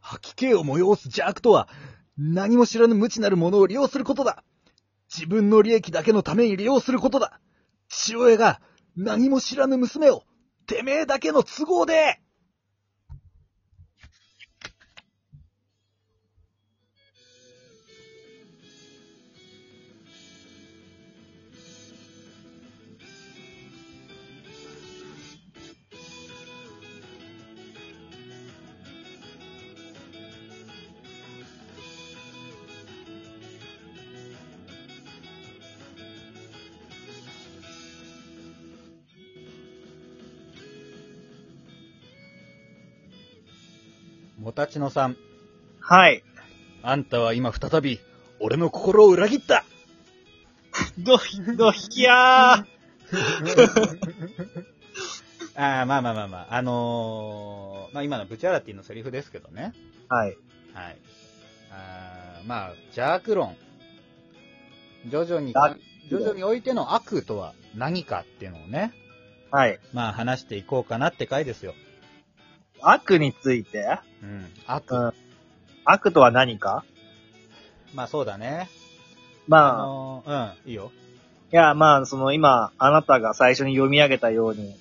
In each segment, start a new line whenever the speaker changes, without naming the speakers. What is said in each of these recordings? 吐き気を催す邪悪とは、何も知らぬ無知なる者を利用することだ。自分の利益だけのために利用することだ。父親が何も知らぬ娘を、てめえだけの都合で
もたちのさん、
はい。
あんたは今再び、俺の心を裏切った
ドヒ、ドヒキヤー。
ああ、まあまあまあまあ、あのー、まあ今のブチャラティのセリフですけどね。
はい。
はい。あーまあ、邪悪論。徐々に
あ、
徐々においての悪とは何かっていうのをね、
はい。
まあ話していこうかなって回ですよ。
悪について
うん。悪。
うん悪とは何か
まあそうだね。あ
まあ、
のー、うん、いいよ。
いや、まあ、その今、あなたが最初に読み上げたように、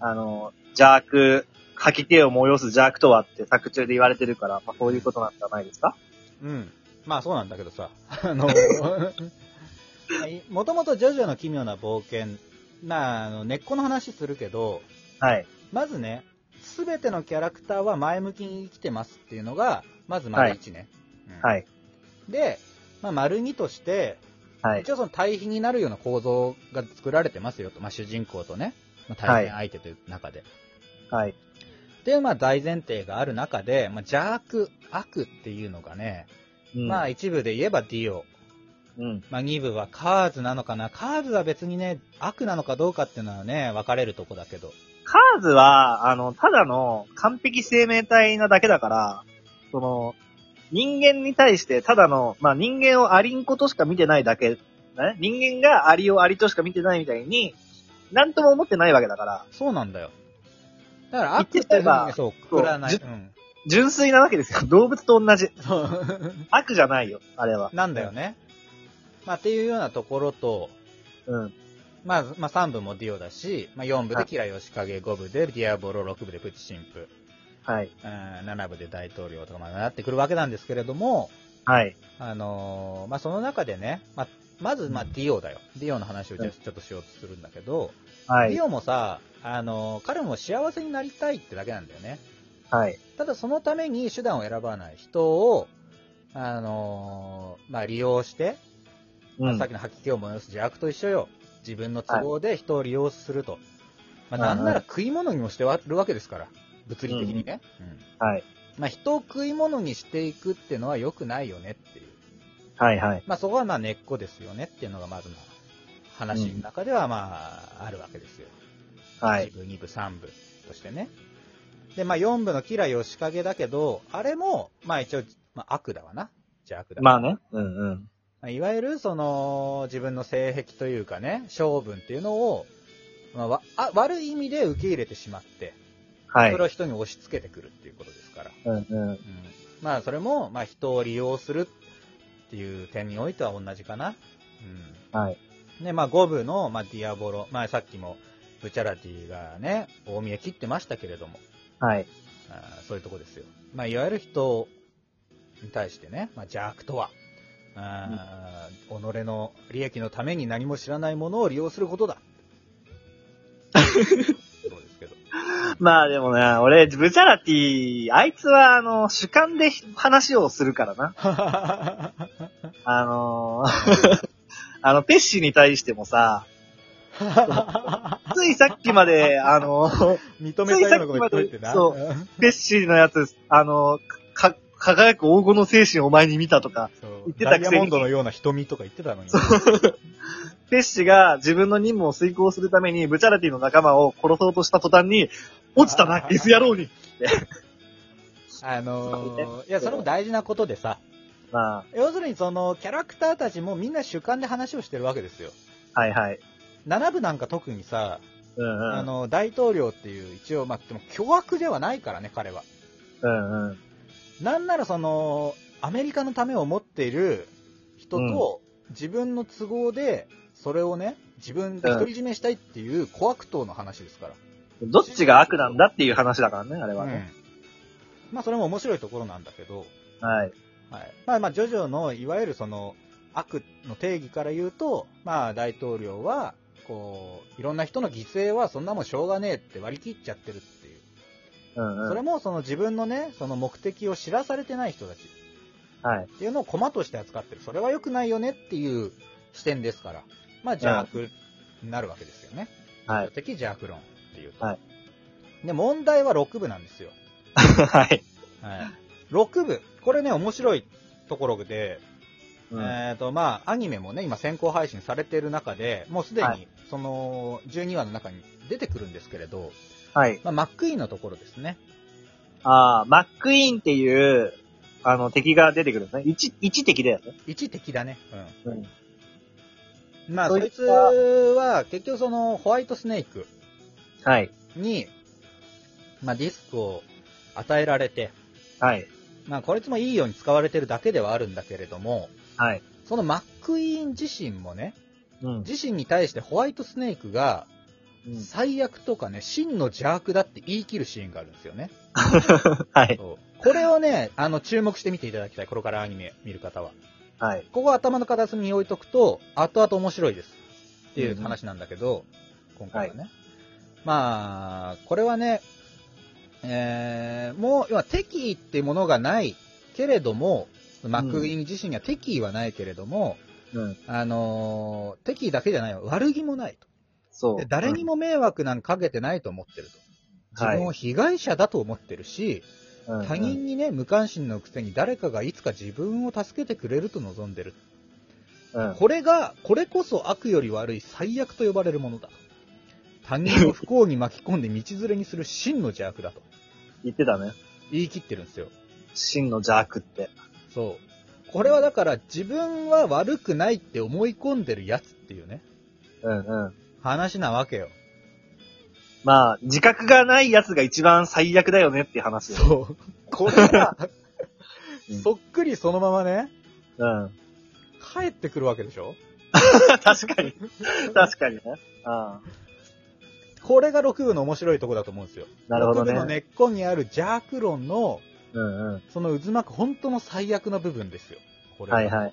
あの、邪悪、吐き気を催す邪悪とはって作中で言われてるから、まあ、そういうことなんじゃないですか
うん。まあそうなんだけどさ。 あのー、 もともとジョジョの奇妙な冒険、まあ、あの根っこの話するけど、
はい。
まずね、すべてのキャラクターは前向きに生きてますっていうのが、まず丸1ね。うん
はい。
で、まあ、丸2として、
はい
一。応その対比になるような構造が作られてますよと。まあ、主人公とね、まあ、対戦相手という中で。
はい。
で、まあ、大前提がある中で、まあ、邪悪、悪っていうのがね、
うん。
まあ、一部で言えばディオ。
うん。
まあ、二部はカーズなのかな。カーズは別にね、悪なのかどうかっていうのはね、分かれるとこだけど。
カーズは、あの、ただの完璧生命体なだけだから、その、人間に対して、ただの、まあ、人間をアリンコとしか見てないだけ、ね、人間がアリをアリとしか見てないみたいに、なんとも思ってないわけだから、
そうなんだよ。だから悪
言って
っ
し
い
てま
うの
えば
はね、そう、く
そう
くらない。
じ
うん。
純粋なわけですよ。動物と同じ。
そう。
悪じゃないよ、あれは。
なんだよね。まあ、っていうようなところと、
うん。
まあ、まあ、3部もディオだし、まあ、4部でキラヨシカゲ、5部でディアボロ、6部でプチ神父、
はい。
うん、7部で大統領とか、まあ、なってくるわけなんですけれども、
はい。
あのーまあ、その中でね、まあ、まず、まあ、ディオだよ。ディオの話をじゃあ
う
ちょっとしようとするんだけど、
は
デ
い
ィ。オもさ、あのー彼も幸せになりたいってだけなんだよね。
はい。
ただそのために手段を選ばない人を、あのーまあ、利用して、
うん
さっ。きの吐き気を催す邪悪と一緒よ。自分の都合で人を利用すると。まあ、なんなら食い物にもしてはるわけですから。物理的にね。うん
はい。
まあ、人を食い物にしていくってのは良くないよねっていう。
はい。はい。
まあ、そこはまあ根っこですよねっていうのがまずまあ話の中ではまあ、あるわけですよ。
はい。
1部、2部、3部としてね。で、まあ、4部のキラヨシカゲだけど、あれも、まあ一応、まあ悪だわな。邪悪だわ。
まあね。うんうん。
まあいわゆる、その、自分の性癖というかね、性分っていうのを、まあ、わあ悪い意味で受け入れてしまって、
はい
それ。を人に押し付けてくるっていうことですから。
うんうん。
うんまあ、それも、まあ、人を利用するっていう点においては同じかな。
はい。
うん。で、まあ、5部の、まあ、ディアボロ、まあ、さっきも、ブチャラティがね、大見え切ってましたけれども、
はい。
あーそういうとこですよ。まあ、いわゆる人に対してね、まあ、邪悪とは、あー己の利益のために何も知らないものを利用すること だ。そうですけど。
まあでもね、俺、ブチャラティ、あいつは、あの、主観で話をするからな。あの ーあの、ペッシに対してもさ、ついさっきまで、あのー
認めたようなこと言っといてな。
ついさっきま
うん
ペッシのやつ、あのーか、輝く黄金の精神をお前に見たとか、
そう
言ってたく
ダ
せに
イヤモンドのような瞳とか言ってたのに。
ペッシが自分の任務を遂行するために、ブチャラティの仲間を殺そうとした途端に、落ちたな、ゲス野郎に。
あ
そう
の
ね
ー、いや、それも大事なことでさ、
ま
要するにその、キャラクターたちもみんな主観で話をしてるわけですよ。
あ、はいはい。
7部なんか特にさ、
うんう
あ
ん。
の、大統領っていう、一応、まあ、でも、巨悪ではないからね、彼は。
うんうん。
なんならその、アメリカのためを持っている人と、自分の都合で、それをね、自分で独り占めしたいっていう、小悪党の話ですから。
どっちが悪なんだっていう話だからね、あれは
う
ね。
んまあ、それも面白いところなんだけど、
はい。
はい。まあまあ、ジョジョの、いわゆるその、悪の定義から言うと、まあ、大統領は、こう、いろんな人の犠牲はそんなもんしょうがねえって割り切っちゃってるっていう。
うんう
そ
ん。
れもその自分のね、その目的を知らされてない人たち
はい。
っていうのを駒として扱ってる。それは良くないよねっていう視点ですから。まあ、邪悪になるわけですよね。
はい。
的邪悪論っていうと。
はい
で、問題は6部なんですよ。
はい。
はい。6部。これね、面白いところで、
うん
えっ、と、まあ、アニメもね、今先行配信されてる中で、もうすで
は
に、その、12話の中に出てくるんですけれど、
はい。
まあ、マックイーンのところですね。
ああ、マックイーンっていう、あの、敵が出てくるんですね。一、一敵だよね。
一敵だね。うん。
うん。
まあ、
そ
そう
いっ
い
た
つは、結局その、ホワイトスネーク
はい。
に、まあ、ディスクを与えられて、
はい。
まあ、こいつもいいように使われてるだけではあるんだけれども、
はい。
そのマックイーン自身もね、
うん。
自身に対してホワイトスネークが、最悪とかね、真の邪悪だって言い切るシーンがあるんですよね。
はい。
そうこれをね、あの、注目して見ていただきたい。これからアニメ見る方は。
はい。
ここは頭の片隅に置いとくと、後々面白いです。っていう話なんだけど、今回はね。まあ、これはね、えー、もう、要は敵意ってものがないけれども、マックイーン自身には敵意はないけれども、
うん。
あのー敵意だけじゃないよ。悪気もないと。
そ
で
う。
誰にも迷惑なんかかけてないと思ってると。
うん、は
自分を被害者だと思ってるし、
い、
他人にね、無関心のくせに誰かがいつか自分を助けてくれると望んでる。
うん、うん。
これが、これこそ悪より悪い最悪と呼ばれるものだと。他人を不幸に巻き込んで道連れにする真の邪悪だと。
言ってたね。
言い切ってるんですよ。
真の邪悪って。
そう。これはだから自分は悪くないって思い込んでるやつっていうね、
うんうん。
話なわけよ。
まあ、自覚がない奴が一番最悪だよねっていう話。う。
そう。これ が
うん、
そっくりそのままね、
うん。
帰ってくるわけでしょ
確かに。確かにね。あ
これが6部の面白いとこだと思うんですよ。
なるほどね
6部の根っこにある邪悪論の、
うんうん。
その渦巻く本当の最悪な部分ですよ。これ
はいはいはい。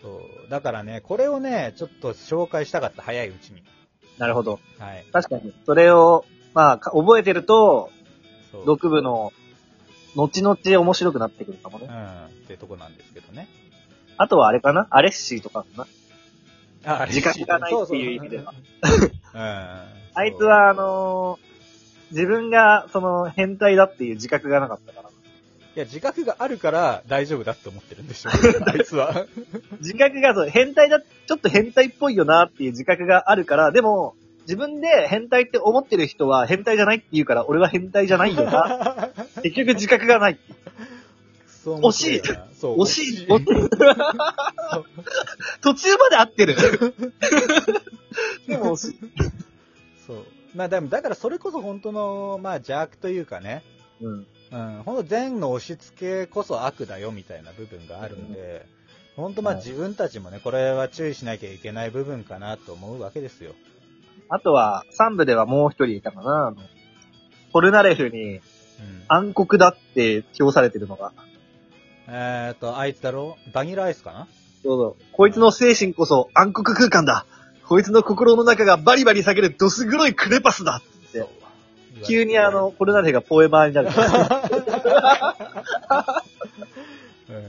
そう。だからね、これをね、ちょっと紹介したかった、早いうちに。
なるほど。
はい。
確かに。それを、まあ、か覚えてると、
そう。
6部の、後々面白くなってくるかも
う
ね。
ん。ってとこなんですけどね。
あとはあれかなアレッシーとかかな
あ
時間がないっていう意味では。
は。うん。
あいつは、あのー自分が、その、変態だっていう自覚がなかったから。
いや、自覚があるから大丈夫だって思ってるんでしょ。 あいつ は。
自覚が、そう、変態だ、ちょっと変態っぽいよなっていう自覚があるから、でも、自分で変態って思ってる人は変態じゃないって言うから、俺は変態じゃないよ な。結局自覚がない。
そう
惜しい
そう。
惜 しい。惜し い途中まで合ってる。でも惜しい。
そう。まあでも、だからそれこそ本当の、まあ邪悪というかね、
うん。
うん、ほんと善の押し付けこそ悪だよみたいな部分があるんで、ほんとまあ
はい
自分たちもね、これは注意しなきゃいけない部分かなと思うわけですよ。
あとは、3部ではもう一人いたかな。あのポルナレフに
うん。
暗黒だって評されてるのが。
えーっと、あいつだろバニラアイスかな
どうぞ。こいつの精神こそ暗黒空間だ。こいつの心の中がバリバリ裂けるどす黒いクレパスだ。で
そう。
急にあの、ポルナレフがポエマーになる。
言われて、うん、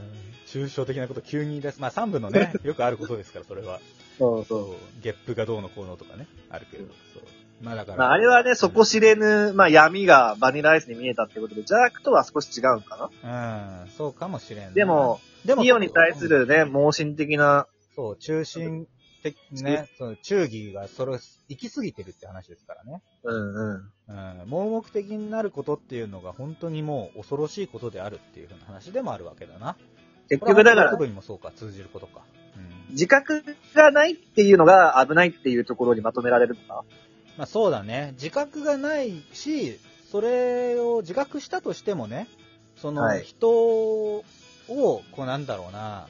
抽象的なこと急に言い出す。まあ3部の ね、よくあることですから、それは。
そうそう。
そう。ゲップがどうのこうのとかね、あるけど。そう。まあだから。
まあ、あれはね、底知れぬ、まあ、闇がバニラアイスに見えたってことで、邪悪とは少し違うのかな。
うん、そうかもしれんな
でも、
でも、
ピオに対するね、盲信的な、
そう、中心的、ね、その忠義がそれ、行き過ぎてるって話ですからね。
うんうん。
うん、盲目的になることっていうのが本当にもう恐ろしいことであるっていう風な話でもあるわけだな。
結局だか
部
ら、
にもそうか、通じることか。うん。
自覚がないっていうのが危ないっていうところにまとめられるのか。
まあそうだね。自覚がないし、それを自覚したとしてもね、その、
はい
人を、こうなんだろうな、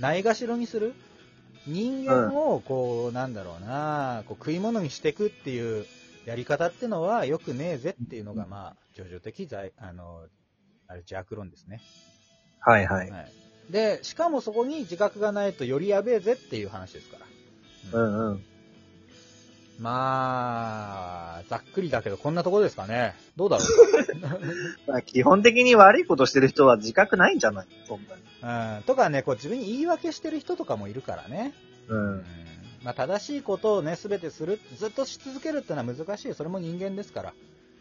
ないがしろにする人間を、こう、なんだろうな、こう食い物にしていくっていうやり方ってのは良くねえぜっていうのが、まあ、叙々的在、あの、あれ、邪悪論ですね。
はいはい。
はい。で、しかもそこに自覚がないとよりやべえぜっていう話ですから。
うんうん。
まあ、ざっくりだけど、こんなところですかね。どうだろう
まあ、基本的に悪いことしてる人は自覚ないんじゃないそんなに。
か。うん。とかね、こう自分に言い訳してる人とかもいるからね。
う。。
うんまあ、正しいことをね、すべてする、ずっとし続けるってのは難しい。それも人間ですから。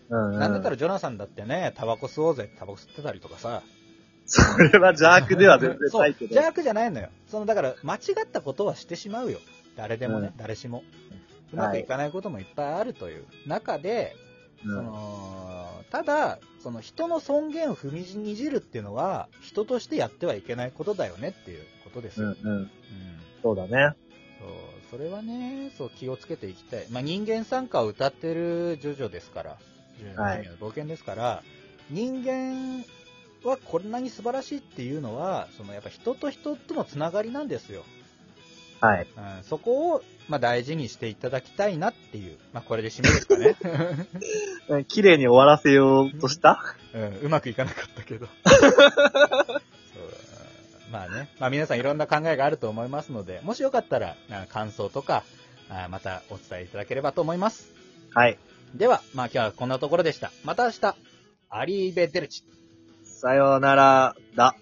うん、うん。
なんだったらジョナサンだってね、タバコ吸おうぜってタバコ吸ってたりとかさ。
それは邪悪では全然ないけど。
邪悪じゃないのよ。その、だから、間違ったことはしてしまうよ。誰でもね、
うん
誰しも。う
はい
まくいかないこともいっぱいあるという中で、
う
そ
ん
のただ、その人の尊厳を踏みにじるっていうのは、人としてやってはいけないことだよねっていうことです
う
よ。
ん
うん
うん。そうだね。
そうそれはね、そう気をつけていきたい。まあ、人間参加を歌ってるジョジョですから、ジョジョの奇妙な冒険ですから、人間はこんなに素晴らしいっていうのは、そのやっぱ人と人とのつながりなんですよ。
はい。
うん、そこを、まあ、大事にしていただきたいなっていう、まあ、これで締めですかね。
うん綺麗に終わらせようとした
うん、うまくいかなかったけど。そうまあね、まあ皆さんいろんな考えがあると思いますので、もしよかったら、あ感想とか、あまたお伝えいただければと思います。
はい。
では、まあ今日はこんなところでした。また明日、アリーベデルチ。
さようなら、だ。